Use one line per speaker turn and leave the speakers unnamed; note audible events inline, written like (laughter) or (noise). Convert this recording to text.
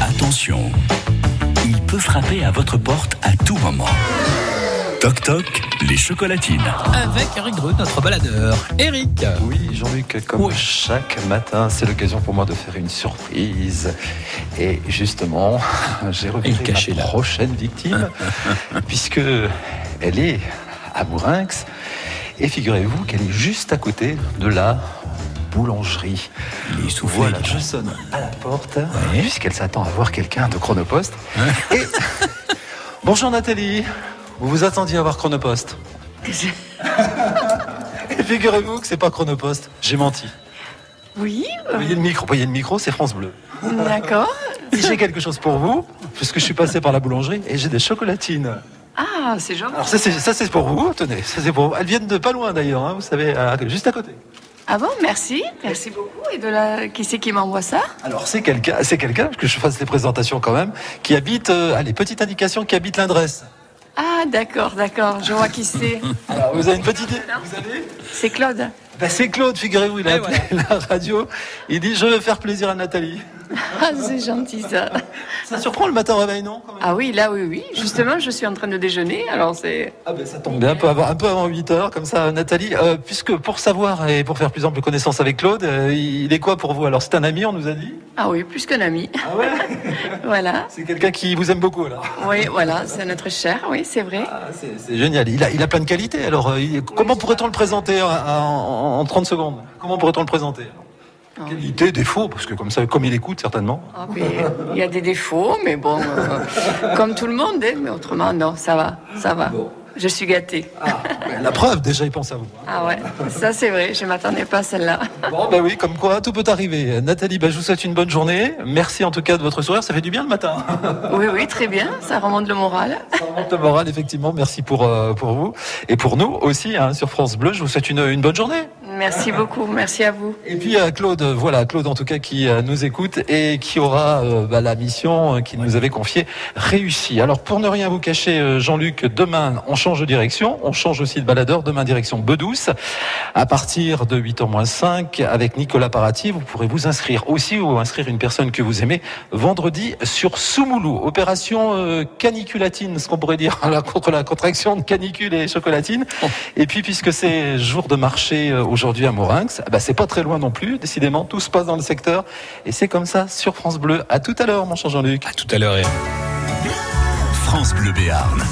Attention, il peut frapper à votre porte à tout moment. Toc toc, les chocolatines.
Avec Eric Greux, notre baladeur. Eric
Oui, Jean-Luc, comme
Oui.
chaque matin, c'est l'occasion pour moi de faire une surprise. Et justement, (laughs) j'ai
Et le
repéré
cacher,
la
là.
prochaine victime, puisque elle est à Mourinx. Et figurez-vous qu'elle est juste à côté de la boulangerie.
Il est soufflé,
Voilà,
dis donc.
je sonne à la porte, puisqu'elle s'attend à voir quelqu'un de Chronopost. Et... (laughs) Bonjour Nathalie, vous vous attendiez à voir Chronopost Et Figurez-vous que c'est pas Chronopost, j'ai menti.
Oui, euh,
Voyez le micro, voyez le micro, c'est France Bleu.
d'accord.
Si j'ai quelque chose pour vous, puisque je suis passé par la boulangerie et j'ai des chocolatines.
Ah, c'est gentil.
Alors ça c'est ça, c'est pour vous, tenez, ça c'est pour vous. Elles viennent de pas loin d'ailleurs, hein, vous savez, à- juste à côté.
Ah bon, merci. Merci beaucoup. Et de la... qui c'est qui m'envoie ça
Alors c'est quelqu'un, c'est quelqu'un que je fasse les présentations quand même, qui habite, euh, allez petite indication, qui habite l'adresse.
Ah, d'accord, d'accord. Je vois qui c'est.
Alors Ah, vous avez une petite idée Vous avez
C'est Claude.
Bah, c'est Claude, figurez-vous, il a
Eh
appelé la radio. Il dit Je veux faire plaisir à Nathalie.
Ah, c'est gentil ça.
Ça surprend le matin au réveil, non quand même
Ah oui, là, oui, oui. Justement, je suis en train de déjeuner. Alors, c'est.
Ah, ben ça tombe bien, un peu avant, un peu avant 8 heures, comme ça, Nathalie. Euh, puisque pour savoir et pour faire plus ample connaissance avec Claude, euh, il est quoi pour vous Alors, c'est un ami, on nous a dit
Ah oui, plus qu'un ami.
Ah ouais
Voilà.
C'est quelqu'un qui vous aime beaucoup, alors.
Oui, voilà, c'est notre cher. Oui, c'est vrai.
Ah, c'est c'est génial. Il a, il a plein de qualités. Alors, euh, il- comment pourrait-on le présenter en, en- en 30 secondes Comment pourrait-on le présenter
Ah oui.
Qualité, défaut, parce que comme ça, comme il écoute, certainement.
Ah, mais, euh, il y a des défauts, mais bon, euh, comme tout le monde, hein, mais autrement, non, ça va, ça va. Je suis gâtée.
Ah, ben, (laughs) la preuve, déjà, il pense à vous.
Ah ouais, ça c'est vrai, je m'attendais pas à celle-là.
Bon, bah oui, comme quoi, tout peut arriver. Nathalie, bah, je vous souhaite une bonne journée. Merci en tout cas de votre sourire, ça fait du bien le matin. (laughs)
Oui, oui, très bien, ça remonte le moral.
Ça remonte le moral, effectivement. Merci pour, euh, pour vous. Et pour nous aussi, hein, sur France Bleu, je vous souhaite une, une bonne journée.
Merci beaucoup, merci à vous.
Et puis, euh, Claude, euh, voilà, Claude en tout cas qui euh, nous écoute et qui aura euh, bah, la mission euh, qu'il nous avait confiée réussie. Alors, pour ne rien vous cacher, euh, Jean-Luc, demain, on change de direction. On change aussi de baladeur. Demain, direction Bedouce. À partir de 8h moins 5, avec Nicolas Parati, vous pourrez vous inscrire aussi ou inscrire une personne que vous aimez vendredi sur Soumoulou. Opération euh, caniculatine, ce qu'on pourrait dire (laughs) à la- contre la contraction de canicule et chocolatine. Et puis, puisque c'est jour de marché euh, aujourd'hui à Morinx, bah, c'est pas très loin non plus. Décidément, tout se passe dans le secteur. Et c'est comme ça sur France Bleu. À tout à l'heure, mon cher Jean-Luc.
À tout à l'heure, Eric.
France Bleu Béarn.